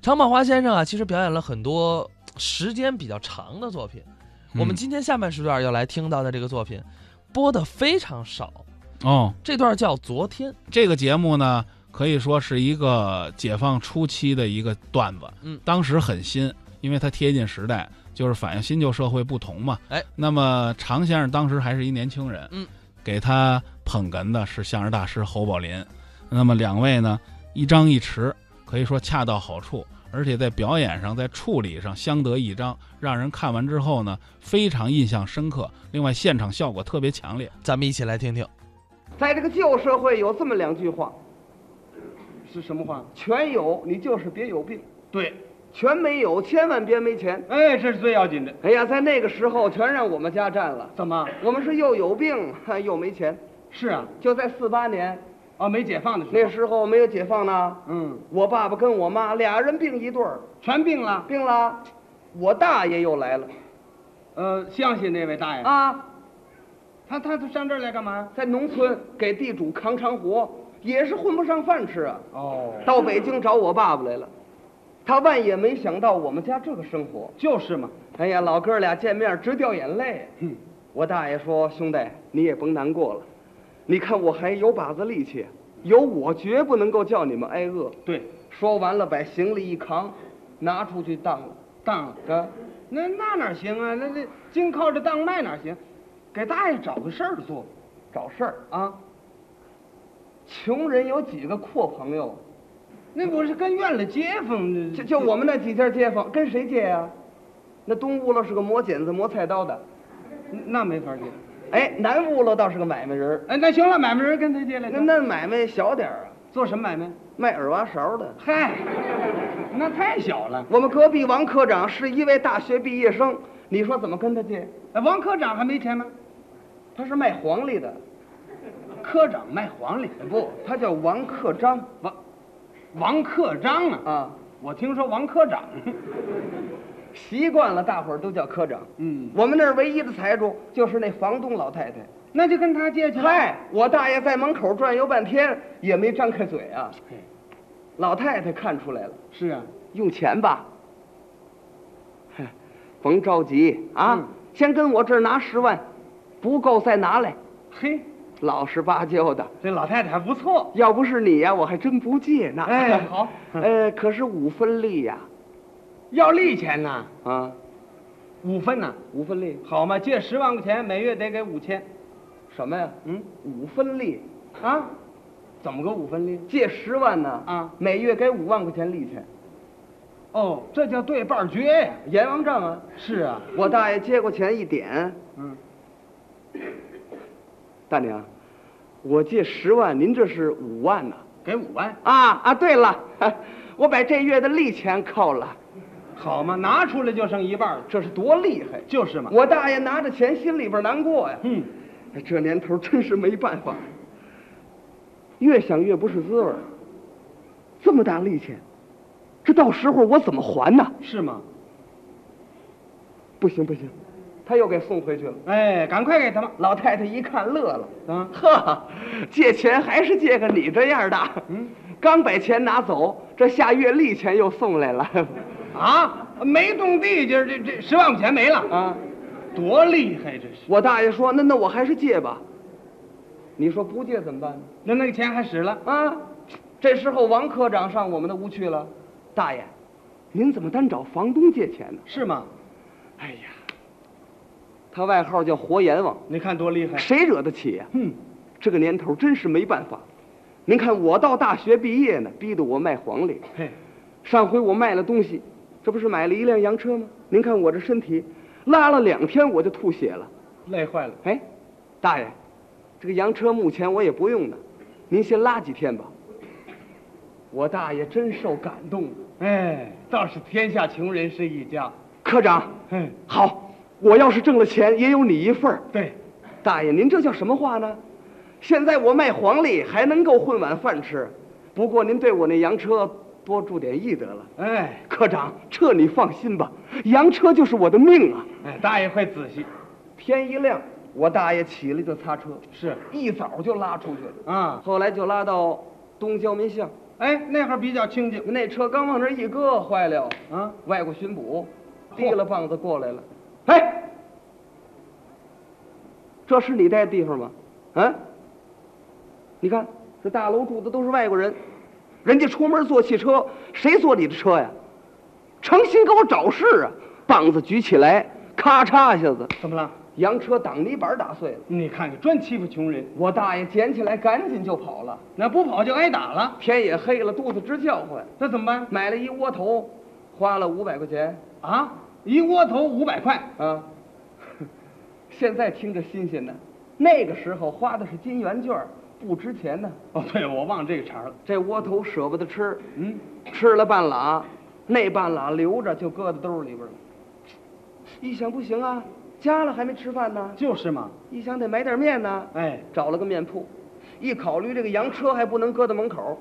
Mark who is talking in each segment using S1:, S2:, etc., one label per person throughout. S1: 长坂花先生啊，其实表演了很多时间比较长的作品。我
S2: 嗯
S1: 们今天下半时段要来听到的这个作品，播的非常少。
S2: 哦，
S1: 这段叫《昨天》，
S2: 这个节目呢，可以说是一个解放初期的一个段子，
S1: 嗯
S2: 当时很新，因为它贴近时代，就是反映新旧社会不同嘛。
S1: 哎，
S2: 那么常先生当时还是一年轻人，
S1: 嗯，
S2: 给他捧哏的是相声大师侯宝林，那么两位呢，一张一弛，可以说恰到好处。而且在表演上，在处理上相得益彰，让人看完之后呢，非常印象深刻。另外，现场效果特别强烈。
S1: 咱们一起来听听。
S3: 在这个旧社会有这么两句话，是什么话？全有，你就是别有病；
S4: 对，
S3: 全没有，千万别没钱。
S4: 哎，这是最要紧的。
S3: 哎呀，在那个时候，全让我们家占了。
S4: 怎么？
S3: 我们是又有病 哈又没钱。
S4: 是啊，
S3: 就在四八年
S4: 啊，没解放的时候，
S3: 那时候没有解放呢，
S4: 嗯，
S3: 我爸爸跟我妈俩人病一对儿，
S4: 全病了。
S3: 病了，我大爷又来了
S4: 呃，乡下那位大爷，
S3: 啊，
S4: 他他他上这儿来干嘛？
S3: 在农村给地主扛长活，也是混不上饭吃啊。
S4: 哦，
S3: 到北京找我爸爸来了，他万也没想到我们家这个生活。
S4: 就是嘛，
S3: 哎呀，老哥俩见面直掉眼泪。
S4: 哼
S3: 我大爷说：“兄弟，你也甭难过了，你看我还有把子力气，有我绝不能够叫你们挨饿。
S4: 对，”
S3: 说完了，把行李一扛，拿出去当了。
S4: 当了。
S3: 啊，
S4: 那那哪行啊？那那净靠着当卖哪行？给大爷找个事儿做
S3: 找事儿。
S4: 啊！
S3: 穷人有几个阔朋友？
S4: 那不是跟院里街坊
S3: 就就我们那几家街坊，跟谁借呀、那东屋了是个磨剪子、磨菜刀的，
S4: 那没法借。
S3: 哎，南屋了倒是个买卖人儿。
S4: 哎，那行了，买卖人跟他借来的。
S3: 那那买卖小点儿啊，
S4: 做什么买卖？
S3: 卖耳挖勺的。
S4: 嗨，那太小了。
S3: 我们隔壁王科长是一位大学毕业生，你说怎么跟他借？
S4: 哎王科长还没钱吗？
S3: 他是卖黄历的，
S4: 科长卖黄历，
S3: 不，他叫王克章
S4: 王王克章啊，
S3: 啊，
S4: 我听说王科长，
S3: 习惯了，大伙儿都叫科长。
S4: 嗯，
S3: 我们那儿唯一的财主就是那房东老太太。
S4: 那就跟他借去。，
S3: 嗨，我大爷在门口转悠半天也没张开嘴啊
S4: 嘿。
S3: 老太太看出来了，
S4: 是啊，
S3: 用钱吧，哼甭着急啊，
S4: 嗯
S3: 先跟我这儿拿十万，不够再拿来，
S4: 嘿，
S3: 老实巴交的。
S4: 这老太太还不错。
S3: 要不是你呀、我还真不借呢。
S4: 哎，好，
S3: 呃，可是五分利呀、
S4: 要利钱呐，
S3: 啊，
S4: 五分呐，
S3: 五分利
S4: 好嘛，借十万块钱，每月得给五千，
S3: 什么呀？
S4: 嗯，
S3: 五分利，
S4: 啊，怎么个五分利？
S3: 借十万呢？
S4: 啊
S3: 每月给五万块钱利钱，
S4: 哦，这叫对半撅呀。
S3: 阎王账啊！
S4: 是啊，
S3: 我大爷接过钱一点，
S4: 嗯，
S3: 大娘，我借十万，您这是五万呢、
S4: 给五万，
S3: 啊啊，对了， 我把这月的利钱扣了，
S4: 好嘛，拿出来就剩一半了。
S3: 这是多厉害！
S4: 就是嘛，
S3: 我大爷拿着钱心里边难过呀，
S4: 嗯，
S3: 哎这年头真是没办法，越想越不是滋味儿。这么大力气，这到时候我怎么还呢？
S4: 是吗？
S3: 不行不行，他又给送回去了。
S4: 哎，赶快给他吧。
S3: 老太太一看乐了，
S4: 啊，
S3: 呵，借钱还是借个你这样的。
S4: 嗯，
S3: 刚把钱拿走，这下月利钱又送来了。
S4: 啊，没动地界儿，这这十万块钱没了，
S3: 啊，
S4: 多厉害这是！
S3: 我大爷说，那那我还是借吧。你说不借怎么办呢？
S4: 那那个钱还使了，
S3: 啊，这时候王科长上我们的屋去了。大爷，您怎么单找房东借钱呢？
S4: 是吗？
S3: 哎呀，他外号叫活阎王，
S4: 你看多厉害！
S3: 谁惹得起呀、
S4: 哼，
S3: 这个年头真是没办法。您看我到大学毕业呢，逼得我卖黄历。
S4: 嘿，
S3: 上回我卖了东西，这不是买了一辆洋车吗？您看我这身体，拉了两天我就吐血了。
S4: 累坏了。
S3: 哎，大爷，这个洋车目前我也不用呢，您先拉几天吧。我大爷真受感动啊了。
S4: 哎，倒是天下穷人是一家。
S3: 科长，
S4: 嘿，
S3: 好，我要是挣了钱，也有你一份儿。
S4: 对，
S3: 大爷，您这叫什么话呢？现在我卖黄历还能够混碗饭吃，不过您对我那洋车多注点意得了。
S4: 哎
S3: 科长，这你放心吧，洋车就是我的命啊。
S4: 哎，大爷会仔细。
S3: 天一亮，我大爷起来就擦车，
S4: 是
S3: 一早就拉出去了。
S4: 啊，
S3: 后来就拉到东郊民巷，
S4: 哎，那会儿比较清静
S3: 那车刚往这儿一搁，坏了，
S4: 啊。
S3: 外国巡捕提了棒子过来了，哎，这是你待的地方吗？啊，你看这大楼住的都是外国人，人家出门坐汽车，谁坐你的车呀？诚心给我找事啊！棒子举起来，咔嚓一下子，
S4: 怎么了？
S3: 洋车挡泥板打碎了。
S4: 你看你专欺负穷人，
S3: 我大爷捡起来，赶紧就跑了。
S4: 那不跑就挨打了，
S3: 天也黑了，肚子直叫唤，
S4: 那怎么办
S3: 买了一窝头，花了五百块钱
S4: 啊？一窝头五百块，
S3: 啊。 现在听着新鲜呢，那个时候花的是金元券儿，不值钱呢。
S4: 哦，对，我忘这个茬了。
S3: 这窝头舍不得吃，
S4: 嗯，
S3: 吃了半拉，那半拉留着就搁在兜里边了。一想不行啊，家了还没吃饭呢，
S4: 就是嘛。
S3: 一想得买点面呢，
S4: 哎，
S3: 找了个面铺。一考虑这个洋车还不能搁在门口，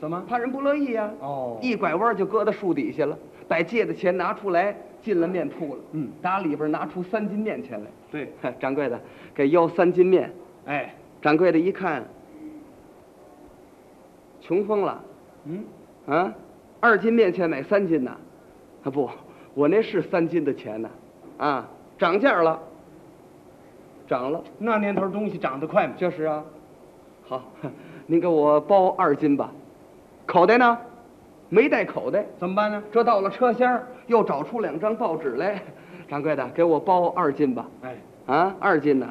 S4: 怎么？
S3: 怕人不乐意呀、啊
S4: 哦
S3: 一拐弯就搁到树底下了，把借的钱拿出来，进了面铺了。
S4: 嗯，
S3: 打里边拿出三斤面钱 来。
S4: 对，
S3: 掌柜的给要三斤面，
S4: 哎，
S3: 掌柜的一看，穷疯了
S4: 嗯，
S3: 啊！二斤面钱买三斤呐，啊不，我那是三斤的钱呐，啊，涨价了，涨了，
S4: 那年头东西涨得快嘛。
S3: 就是啊。好，您给我包二斤吧，口袋呢？没带口袋。
S4: 怎么办呢？
S3: 这到了车厢儿，又找出两张报纸来。掌柜的，给我包二斤吧。
S4: 哎，
S3: 啊，二斤呐、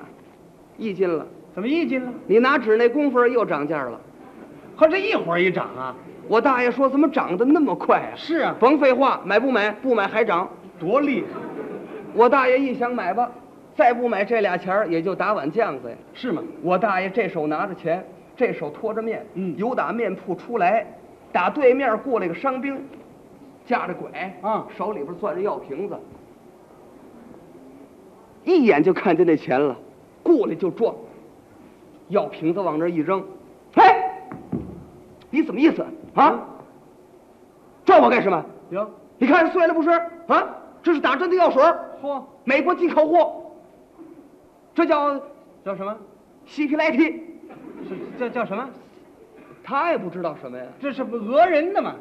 S3: 一斤了。
S4: 怎么一斤了？
S3: 你拿纸那功夫儿又涨价了。
S4: 和这一会儿一涨啊？
S3: 我大爷说怎么涨得那么快啊？
S4: 是啊，
S3: 甭废话，买不买？不买还涨。
S4: 多厉害，
S3: 我大爷一想买吧，再不买这俩钱儿也就打碗酱子呀。
S4: 是吗？
S3: 我大爷这手拿着钱，这手托着面，
S4: 嗯
S3: 由打面铺出来，打对面过来个伤兵，架着拐，
S4: 啊
S3: 手里边攥着药瓶子，一眼就看见那钱了，过来就撞，药瓶子往这一扔，哎，你什么意思
S4: 嗯
S3: 啊？撞我干什么？
S4: 哟，
S3: 你看碎了不是啊？这是打针的药水儿，
S4: 嚯，
S3: 美国进口货，这叫
S4: 叫什么？
S3: 西皮莱提。
S4: 是叫叫什么？
S3: 他也不知道什么呀，
S4: 这是不讹人的嘛？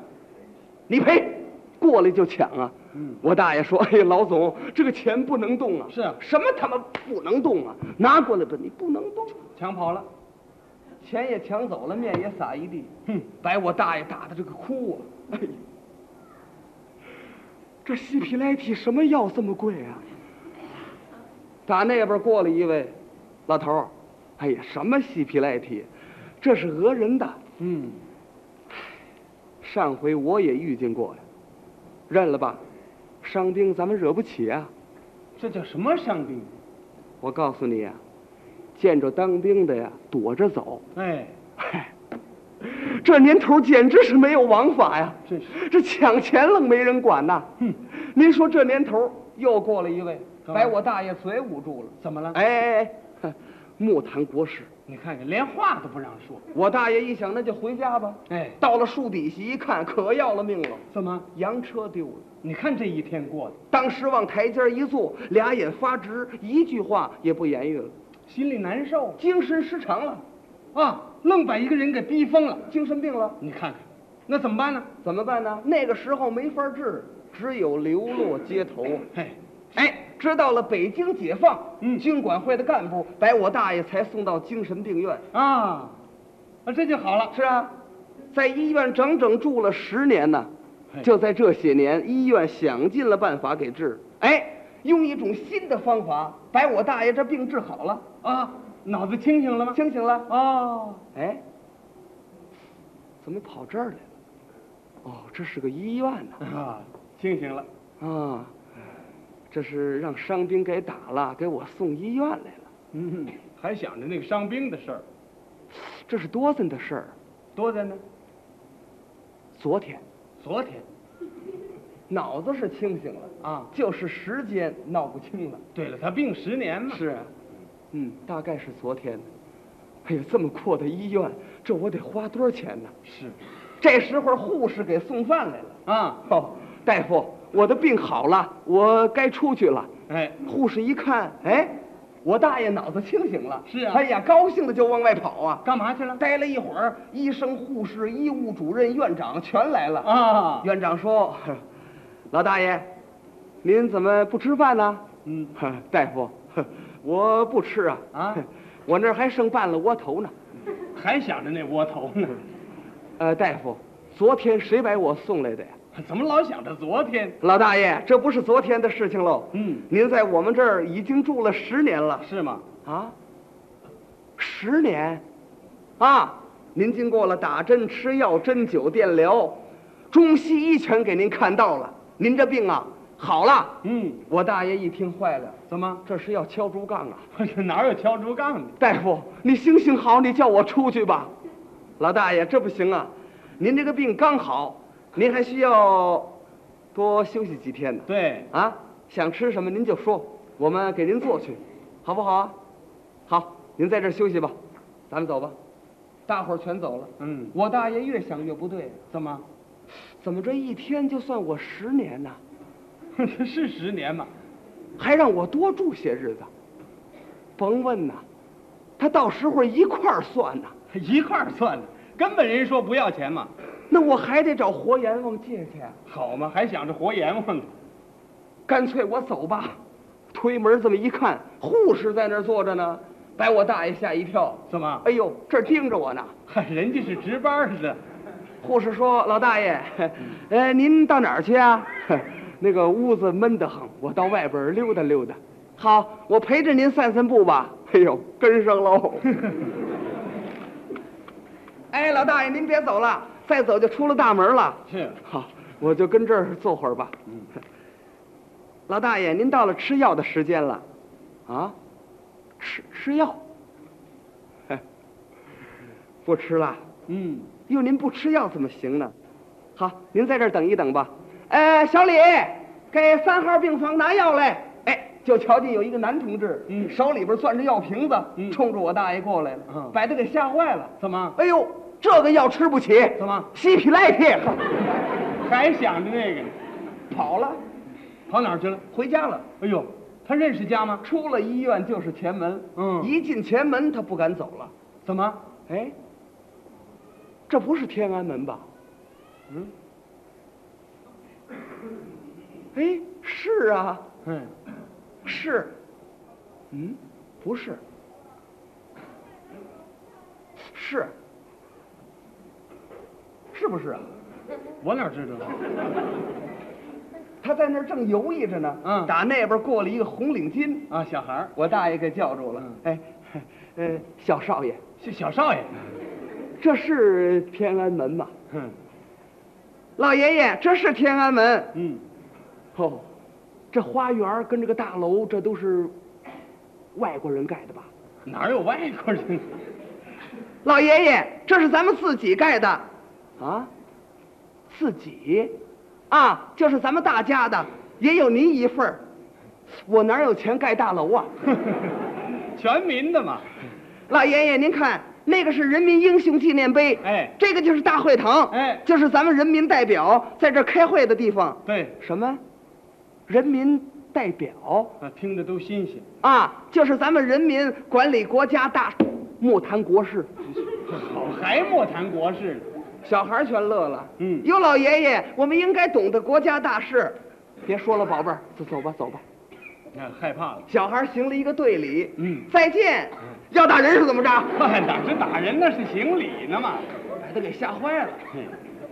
S3: 你赔，过来就抢啊！
S4: 嗯
S3: 我大爷说：“哎呀，老总，这个钱不能动啊！
S4: 是啊
S3: 什么他妈不能动啊？拿过来吧，你不能动。啊
S4: 抢跑了。
S3: 钱也抢走了，面也撒一地，
S4: 哼，
S3: 把我大爷打的这个哭啊！哎呀，这西皮莱提什么药这么贵啊？打那边过来一位，老头儿，哎呀，什么西皮莱提，这是讹人的。
S4: 嗯，
S3: 上回我也遇见过呀，认了吧，伤兵咱们惹不起啊！
S4: 这叫什么伤兵？
S3: 我告诉你呀、啊见着当兵的呀，躲着走。
S4: 哎，
S3: 嗨，这年头简直是没有王法呀！
S4: 真是
S3: 这抢钱愣没人管呐！
S4: 哼，
S3: 您说这年头又过来一位，
S4: 嗯干嘛
S3: 把我大爷嘴捂住了。
S4: 怎么了？，
S3: 哎哎哎，哼木谈国事。
S4: 你看看，连话都不让说。
S3: 我大爷一想，那就回家吧。
S4: 哎，
S3: 到了树底下一看，可要了命了，
S4: 怎么？
S3: 洋车丢了。
S4: 你看这一天过的，
S3: 当时往台阶一坐，俩眼发直，一句话也不言语了，
S4: 心里难受
S3: 精神失常了，
S4: 啊，愣把一个人给逼疯了。
S3: 精神病了，
S4: 你看看，那怎么办呢？
S3: 怎么办呢？那个时候没法治，只有流落街头。啊
S4: 哎，
S3: 哎，直到了北京解放，
S4: 嗯
S3: 军管会的干部把我大爷才送到精神病院。
S4: 啊，啊，这就好了。
S3: 是啊，在医院整整住了十年呢
S4: 嘿。
S3: 就在这些年，医院想尽了办法给治。哎，用一种新的方法把我大爷这病治好了，
S4: 啊，脑子清醒了吗？
S3: 清醒了。
S4: 哦，
S3: 哎，怎么跑这儿来了？哦，这是个医院呢。
S4: 啊，清醒了。
S3: 啊，这是让伤兵给打了，给我送医院来了。
S4: 嗯，还想着那个伤兵的事儿，
S3: 这是多森的事儿。
S4: 多着呢。
S3: 昨天
S4: 昨天
S3: 脑子是清醒了，
S4: 啊，
S3: 就是时间闹不清了。
S4: 对了，他病十年嘛。
S3: 是啊，嗯，大概是昨天。哎呀，这么阔的医院，这我得花多少钱呢？
S4: 是
S3: 这时候护士给送饭来了。
S4: 啊，
S3: 哦，大夫，我的病好了，我该出去了。
S4: 哎，
S3: 护士一看，哎，我大爷脑子清醒了，
S4: 是啊
S3: 哎呀，高兴的就往外跑啊。
S4: 干嘛去了？
S3: 待了一会儿，医生、护士、医务主任、院长全来了。
S4: 啊，
S3: 院长说：“ 老大爷，您怎么不吃饭呢？”
S4: 嗯，
S3: 哼大夫， 哼我不吃啊，
S4: 啊
S3: 哼 我那儿还剩半了窝头呢。
S4: 还想着那窝头呢，
S3: 呃，大夫，昨天谁把我送来的呀？
S4: 怎么老想着昨天？
S3: 老大爷，这不是昨天的事情喽。
S4: 嗯，
S3: 您在我们这儿已经住了十年了
S4: 是吗？
S3: 啊，十年，啊，您经过了打针、吃药、针灸、电疗，中西医全给您看到了，您这病啊好了。
S4: 嗯，
S3: 我大爷一听坏了，
S4: 怎么？
S3: 这是要敲竹杠啊！
S4: 哪有敲竹杠的？
S3: 大夫，你行行好，你叫我出去吧。老大爷，这不行啊，您这个病刚好，您还需要多休息几天呢。
S4: 对，
S3: 啊，想吃什么您就说，我们给您做去，好不好啊？好，您在这儿休息吧，咱们走吧。大伙儿全走了，
S4: 嗯，
S3: 我大爷越想越不对，
S4: 怎么？
S3: 怎么这一天就算我十年呢、
S4: 是十年嘛？
S3: 还让我多住些日子？甭问呐、他到时候一块儿算呐、
S4: 一块儿算的，根本人说不要钱嘛，
S3: 那我还得找活阎王借去啊。
S4: 好嘛，还想着活阎王呢。
S3: 干脆我走吧。推门这么一看，护士在那儿坐着呢，把我大爷吓一跳。
S4: 怎么？
S3: 哎呦，这儿盯着我呢。
S4: 嗨， 人家是值班的，
S3: 护士说：“老大爷，呃，您到哪儿去啊？ 那个屋子闷得很，我到外边溜达溜达。好，我陪着您散散步吧。哎呦，跟上喽！ 哎，老大爷，您别走了，再走就出了大门了。
S4: 是
S3: 好，我就跟这儿坐会儿吧。老大爷，您到了吃药的时间了，啊？吃吃药？ 不吃了。
S4: 嗯，
S3: 哟，您不吃药怎么行呢？好，您在这儿等一等吧。哎，小李，给三号病房拿药来。哎，就瞧见有一个男同志，
S4: 嗯
S3: 手里边攥着药瓶子，
S4: 嗯
S3: 冲着我大爷过来了，
S4: 嗯
S3: 把他给吓坏了。
S4: 怎么？
S3: 哎呦，这个药吃不起，
S4: 怎么
S3: 稀皮赖皮，
S4: 还想着那个呢？
S3: 跑了，
S4: 跑哪儿去了？
S3: 回家了。
S4: 哎呦，他认识家吗？
S3: 出了医院就是前门，
S4: 嗯
S3: 一进前门他不敢走了。
S4: 怎么？
S3: 哎，这不是天安门吧？
S4: 嗯，
S3: 哎，是啊，
S4: 嗯，
S3: 是，嗯，不是，是，是不是啊？
S4: 我哪知道？啊
S3: 他在那儿正犹豫着呢，
S4: 嗯
S3: 打那边过来一个红领巾，
S4: 啊，小孩儿，
S3: 我大爷给叫住了，哎，呃，小少爷，
S4: 是小少爷。
S3: 嗯这是天安门吗？
S4: 嗯
S3: 老爷爷，这是天安门。
S4: 嗯，
S3: 哦，这花园儿跟这个大楼，这都是外国人盖的吧？
S4: 哪有外国人？
S3: 老爷爷，这是咱们自己盖的，啊，自己，啊，就是咱们大家的，也有您一份儿。我哪有钱盖大楼啊？
S4: 全民的嘛。
S3: 嗯老爷爷，您看，那个是人民英雄纪念碑，
S4: 哎
S3: 这个就是大会堂，
S4: 哎
S3: 就是咱们人民代表在这儿开会的地方。
S4: 对，
S3: 什么？人民代表
S4: 啊，听着都新鲜。
S3: 啊，就是咱们人民管理国家大，莫谈国事。
S4: 好，还莫谈国事呢。
S3: 小孩儿全乐了。
S4: 嗯
S3: 哟，老爷爷，我们应该懂得国家大事。别说了，宝贝儿，走走吧，走吧。
S4: 啊害怕了。
S3: 小孩儿行了一个对礼，
S4: 嗯
S3: 再见。要打人是怎么着？
S4: 嗨，哪是打人，那是行礼呢嘛。
S3: 把他给吓坏了。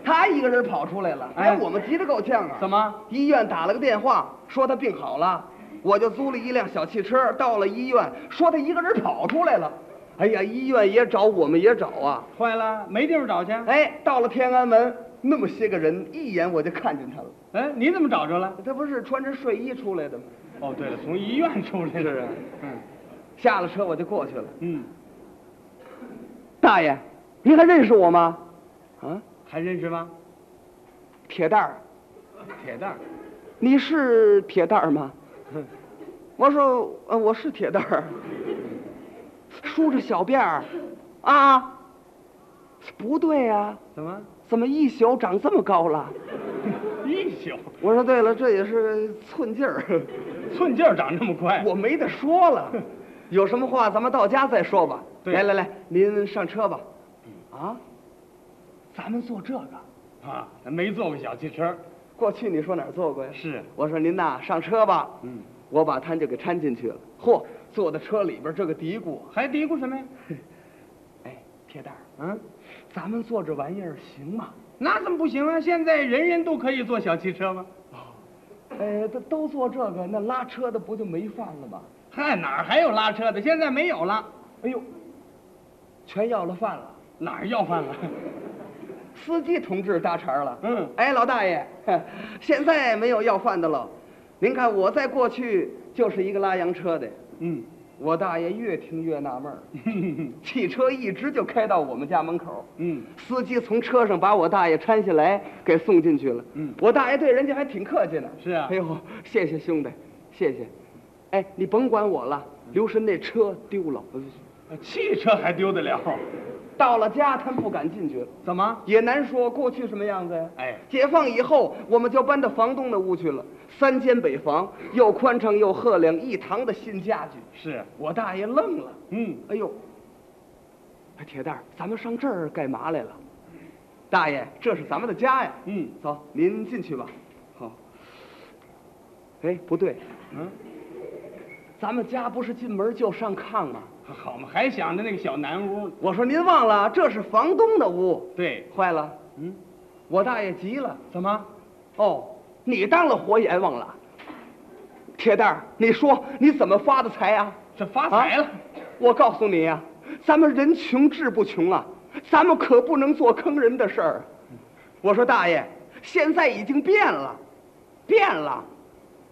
S3: 他一个人跑出来了，哎，
S4: 哎
S3: 我们急得够呛啊。
S4: 怎？么？
S3: 医院打了个电话，说他病好了，我就租了一辆小汽车到了医院，说他一个人跑出来了。哎呀，医院也找，我们也找啊。
S4: 坏了，没地方找去？
S3: 哎，到了天安门，那么些个人，一眼我就看见他了。
S4: 哎，你怎么找着了？
S3: 他不是穿着睡衣出来的吗？
S4: 哦，对了，从医院出来的。
S3: 是啊
S4: 嗯
S3: 下了车我就过去了。
S4: 嗯，
S3: 大爷，您还认识我吗？啊，
S4: 还认识吗？
S3: 铁蛋儿，
S4: 铁蛋儿，
S3: 你是铁蛋儿吗？ 我说，呃，我是铁蛋儿，梳着小辫儿，啊，不对呀、
S4: 怎么
S3: 怎么一宿长这么高了？
S4: 一宿
S3: 我说对了，这也是寸劲儿，
S4: 寸劲儿长这么快？
S3: 我没得说了。有什么话咱们到家再说吧。
S4: 对
S3: 来来来，您上车吧。啊，
S4: 咱们坐这个啊，咱没坐过小汽车，
S3: 过去你说哪儿坐过呀？
S4: 是
S3: 我说您呐，上车吧。
S4: 嗯，
S3: 我把他就给搀进去了。嚯，坐在车里边这个嘀咕，
S4: 还嘀咕什么呀？
S3: 哎，铁蛋儿，
S4: 嗯，
S3: 咱们坐这玩意儿行吗？
S4: 那怎么不行啊？现在人人都可以坐小汽车吗？
S3: 哎，都都坐这个，那拉车的不就没饭了吗？
S4: 嗨，哪儿还有拉车的？现在没有了，
S3: 哎呦，全要了饭了。
S4: 哪儿要饭了？
S3: 司机同志搭茬儿了，
S4: 嗯
S3: 哎，老大爷，现在没有要饭的了。您看我在过去就是一个拉洋车的，
S4: 嗯，
S3: 我大爷越听越纳 闷儿，汽车一直就开到我们家门口，
S4: 嗯，
S3: 司机从车上把我大爷搀下来，给送进去了。
S4: 嗯
S3: 我大爷对人家还挺客气呢。
S4: 是啊
S3: 哎呦，谢谢兄弟，谢谢。哎，你甭管我了，
S4: 嗯
S3: 留神那车丢了。
S4: 汽车还丢得了？
S3: 到了家，他们不敢进去了。
S4: 怎么？
S3: 也难说过去什么样子呀。
S4: 哎
S3: 解放以后，我们就搬到房东的屋去了，三间北房，又宽敞又赫亮，一堂的新家具。
S4: 是，
S3: 我大爷愣了，
S4: 嗯，
S3: 哎呦，哎，铁蛋儿，咱们上这儿干嘛来了？大爷，这是咱们的家呀。
S4: 嗯，
S3: 走，您进去吧。好。哎，不对，
S4: 嗯，
S3: 咱们家不是进门就上炕吗？
S4: 好嘛，还想着那个小南屋呢。
S3: 我说您忘了，这是房东的屋。
S4: 对，
S3: 坏了，
S4: 嗯，
S3: 我大爷急了。
S4: 怎么？
S3: 哦，你当了活阎王了？铁蛋儿，你说你怎么发的财啊？
S4: 这发财了？
S3: 啊我告诉你呀、咱们人穷志不穷啊，咱们可不能做坑人的事儿。我说大爷，现在已经变了，变了，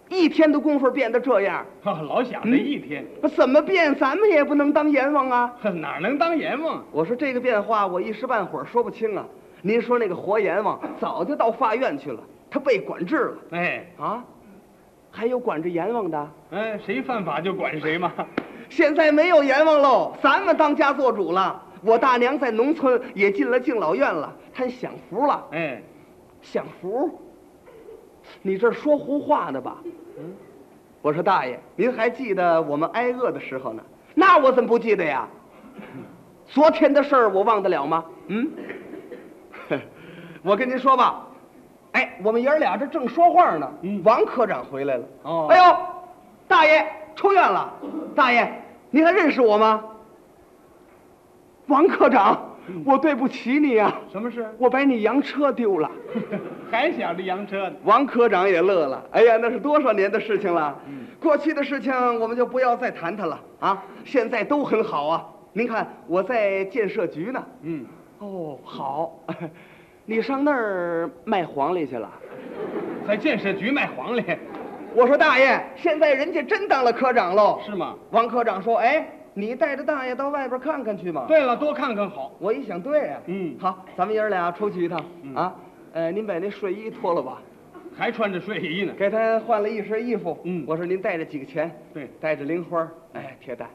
S3: 一天的功夫变得这样，
S4: 啊老想着一天，
S3: 怎么变？咱们也不能当阎王啊。
S4: 哼哪能当阎王？
S3: 我说这个变化，我一时半会儿说不清啊。您说那个活阎王早就到法院去了，他被管制了。
S4: 哎，
S3: 啊，还有管着阎王的，
S4: 哎，谁犯法就管谁嘛。
S3: 现在没有阎王喽，咱们当家做主了。我大娘在农村也进了敬老院了，她享福了，
S4: 哎，
S3: 享福。你这是说胡话呢吧？嗯，我说大爷，您还记得我们挨饿的时候呢？那我怎么不记得呀？昨天的事儿我忘得了吗？嗯， 我跟您说吧，哎，我们爷儿俩这正说话呢，
S4: 嗯
S3: 王科长回来了。
S4: 哦
S3: 哎呦，大爷出院了，大爷，您还认识我吗？王科长，
S4: 嗯
S3: 我对不起你呀、
S4: 什么事？
S3: 我把你洋车丢了。
S4: 还想着洋车呢？
S3: 王科长也乐了，哎呀，那是多少年的事情了，
S4: 嗯
S3: 过去的事情我们就不要再谈它了啊，现在都很好啊。您看我在建设局呢，
S4: 嗯，
S3: 哦，好， 你上那儿卖黄历去了？
S4: 在建设局卖黄历，
S3: 我说大爷，现在人家真当了科长喽。
S4: 是吗？
S3: 王科长说，哎，你带着大爷到外边看看去嘛。，
S4: 对了，多看看好。
S3: 我一想，对呀、
S4: 嗯
S3: 好，咱们爷儿俩出去一趟、啊。呃，您把那睡衣脱了吧。
S4: 还穿着睡衣呢。
S3: 给他换了一身衣服。
S4: 嗯
S3: 我说您带着几个钱？
S4: 对
S3: 带着零花儿。哎，铁蛋，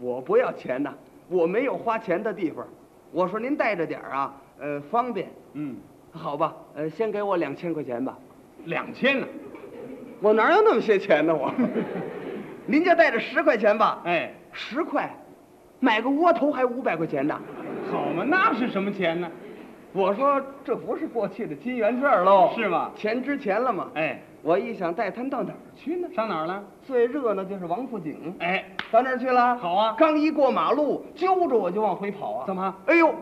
S3: 我不要钱呐，我没有花钱的地方。我说您带着点儿啊，呃，方便。
S4: 嗯，
S3: 好吧，呃，先给我两千块钱吧。
S4: 两千呢。
S3: 我哪有那么些钱呢？我， 您就带着十块钱吧。
S4: 哎，
S3: 十块，买个窝头还五百块钱呢。
S4: 好嘛，那是什么钱呢？
S3: 我说这不是过去的金元券喽，
S4: 是吗
S3: 钱值钱了嘛。
S4: 哎，
S3: 我一想带他们到哪儿去呢？
S4: 上哪儿了？
S3: 最热闹就是王府井。
S4: 哎，
S3: 到那儿去了。
S4: 好啊
S3: 刚一过马路，揪着我就往回跑啊。
S4: 怎么？
S3: 哎呦，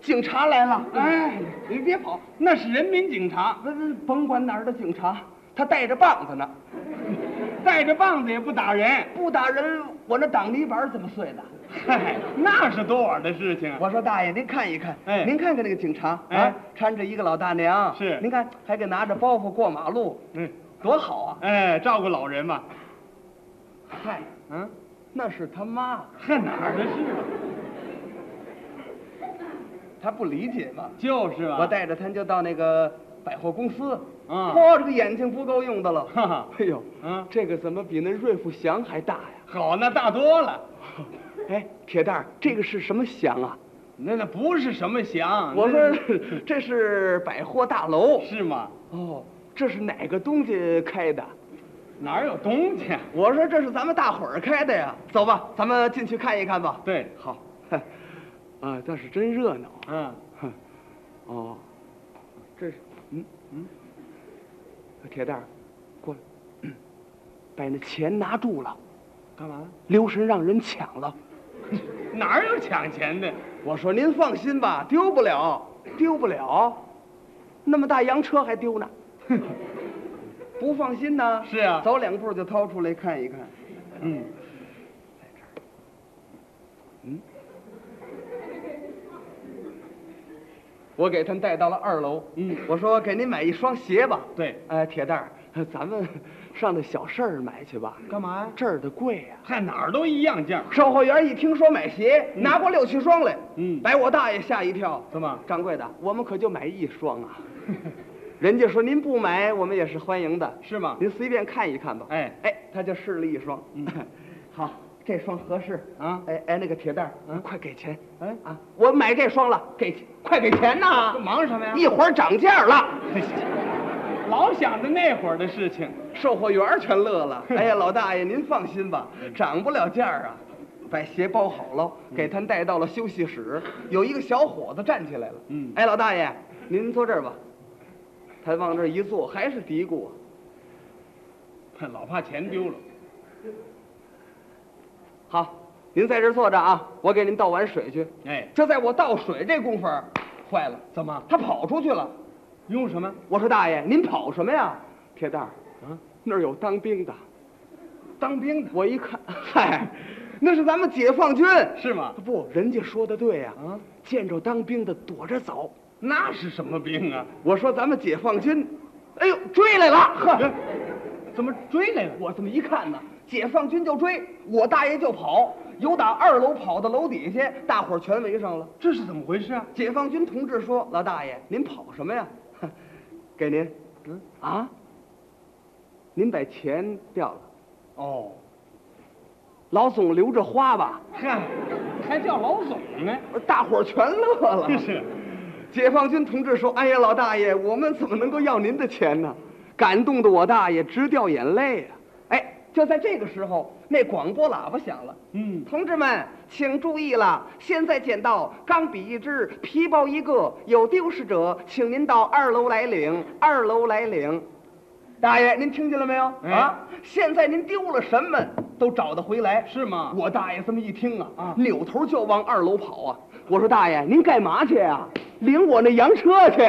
S3: 警察来了！
S4: 哎，你别跑，那是人民警察，
S3: 不不，甭管哪儿的警察，他带着棒子呢，
S4: 带着棒子也不打人。
S3: 不打人，我那挡泥板怎么碎的？
S4: 嗨，那是多晚的事情啊！
S3: 我说大爷，您看一看，
S4: 哎
S3: 您看看那个警察啊
S4: 哎，
S3: 搀着一个老大娘，
S4: 是
S3: 您看还给拿着包袱过马路，
S4: 嗯，
S3: 多好啊！
S4: 哎，照顾老人嘛。
S3: 嗨，
S4: 嗯，
S3: 那是他妈，
S4: 呵，哪儿的事啊？
S3: 他不理解嘛。
S4: 就是啊。
S3: 我带着他就到那个百货公司，
S4: 啊
S3: 嚯，这个眼睛不够用的了，
S4: 哈哈
S3: 哎呦，
S4: 嗯
S3: 这个怎么比那瑞富祥还大呀？
S4: 好，那大多了。
S3: 哎，铁蛋儿，这个是什么祥啊？
S4: 那那不是什么祥，
S3: 我
S4: 那
S3: 说 这是百货大楼
S4: 是吗？
S3: 哦，这是哪个东家开的？
S4: 哪儿有东啊家？
S3: 我说这是咱们大伙儿开的呀，走吧，咱们进去看一看吧。
S4: 对，
S3: 好， 啊，但是真热闹啊。
S4: 嗯，
S3: 哦，这是，嗯嗯，铁蛋儿，过来，把你的钱拿住了，
S4: 干嘛？
S3: 留神让人抢了。
S4: 哪儿有抢钱的？
S3: 我说您放心吧，丢不了，丢不了，那么大洋车还丢 呢。不放心呢？
S4: 是啊
S3: 走两步就掏出来看一看。
S4: 嗯，
S3: 嗯我给他们带到了二楼。
S4: 嗯，
S3: 我说给您买一双鞋吧。
S4: 对，
S3: 哎，铁蛋儿，咱们上那小市儿买去吧。
S4: 干嘛呀？
S3: 这儿的贵啊呀、
S4: 嗨，哪儿都一样价。
S3: 售货员一听说买鞋，拿过六七双来，
S4: 嗯
S3: 把我大爷吓一跳。
S4: 怎么
S3: 掌柜的，我们可就买一双 啊。人家说您不买，我们也是欢迎的，
S4: 是吗？
S3: 您随便看一看吧。
S4: 哎嗯
S3: 哎，他就试了一双， 好，这双合适
S4: 啊
S3: 哎哎，那个铁蛋儿，
S4: 嗯
S3: 快给钱
S4: 哎，
S3: 啊！我买这双了，给钱快给钱呐！
S4: 忙什么呀
S3: 一会儿涨价 了。
S4: 老想着那会儿的事情。
S3: 售货员儿全乐 了。哎呀，老大爷，您放心吧，
S4: 嗯
S3: 涨不了价儿啊。把鞋包好了，给他们带到了休息室。有一个小伙子站起来了，
S4: 嗯
S3: 哎，老大爷，您坐这儿吧。他往这儿一坐，还是嘀咕啊。
S4: 老怕钱丢了。
S3: 好，您在这儿坐着啊，我给您倒碗水去。
S4: 哎，
S3: 就在我倒水这功夫儿，坏了，
S4: 怎么
S3: 他跑出去了。
S4: 用什么？
S3: 我说大爷，您跑什么呀？铁蛋儿，
S4: 啊，
S3: 那儿有当兵的。
S4: 当兵的
S3: 我一看，嗨，那是咱们解放军。
S4: 是吗？
S3: 不，人家说的对呀、
S4: 啊，
S3: 见着当兵的躲着走。
S4: 那是什么兵啊？
S3: 我说咱们解放军，哎呦，追来了！呵，
S4: 怎么追来了？
S3: 我这么一看呢，解放军就追，我大爷就跑，有打二楼跑到楼底下，大伙儿全围上了。
S4: 这是怎么回事啊？
S3: 解放军同志说：“老大爷，您跑什么呀？哼给您，
S4: 嗯
S3: 啊，您把钱掉了，
S4: 哦，
S3: 老总留着花吧。
S4: 嗨，还叫老总呢？”
S3: 大伙儿全乐了。
S4: 真是，
S3: 解放军同志说：“哎呀，老大爷，我们怎么能够要您的钱呢？”感动的我大爷直掉眼泪啊！哎，就在这个时候，那广播喇叭响了。
S4: 嗯，
S3: 同志们，请注意了！现在捡到钢笔一支，皮包一个，有丢失者，请您到二楼来领。二楼来领。大爷，您听见了没有？
S4: 哎
S3: 啊，现在您丢了什么都找得回来。
S4: 是吗？
S3: 我大爷这么一听啊，
S4: 啊
S3: 扭头啊就往二楼跑啊。我说大爷，您干嘛去呀、领我那洋车去。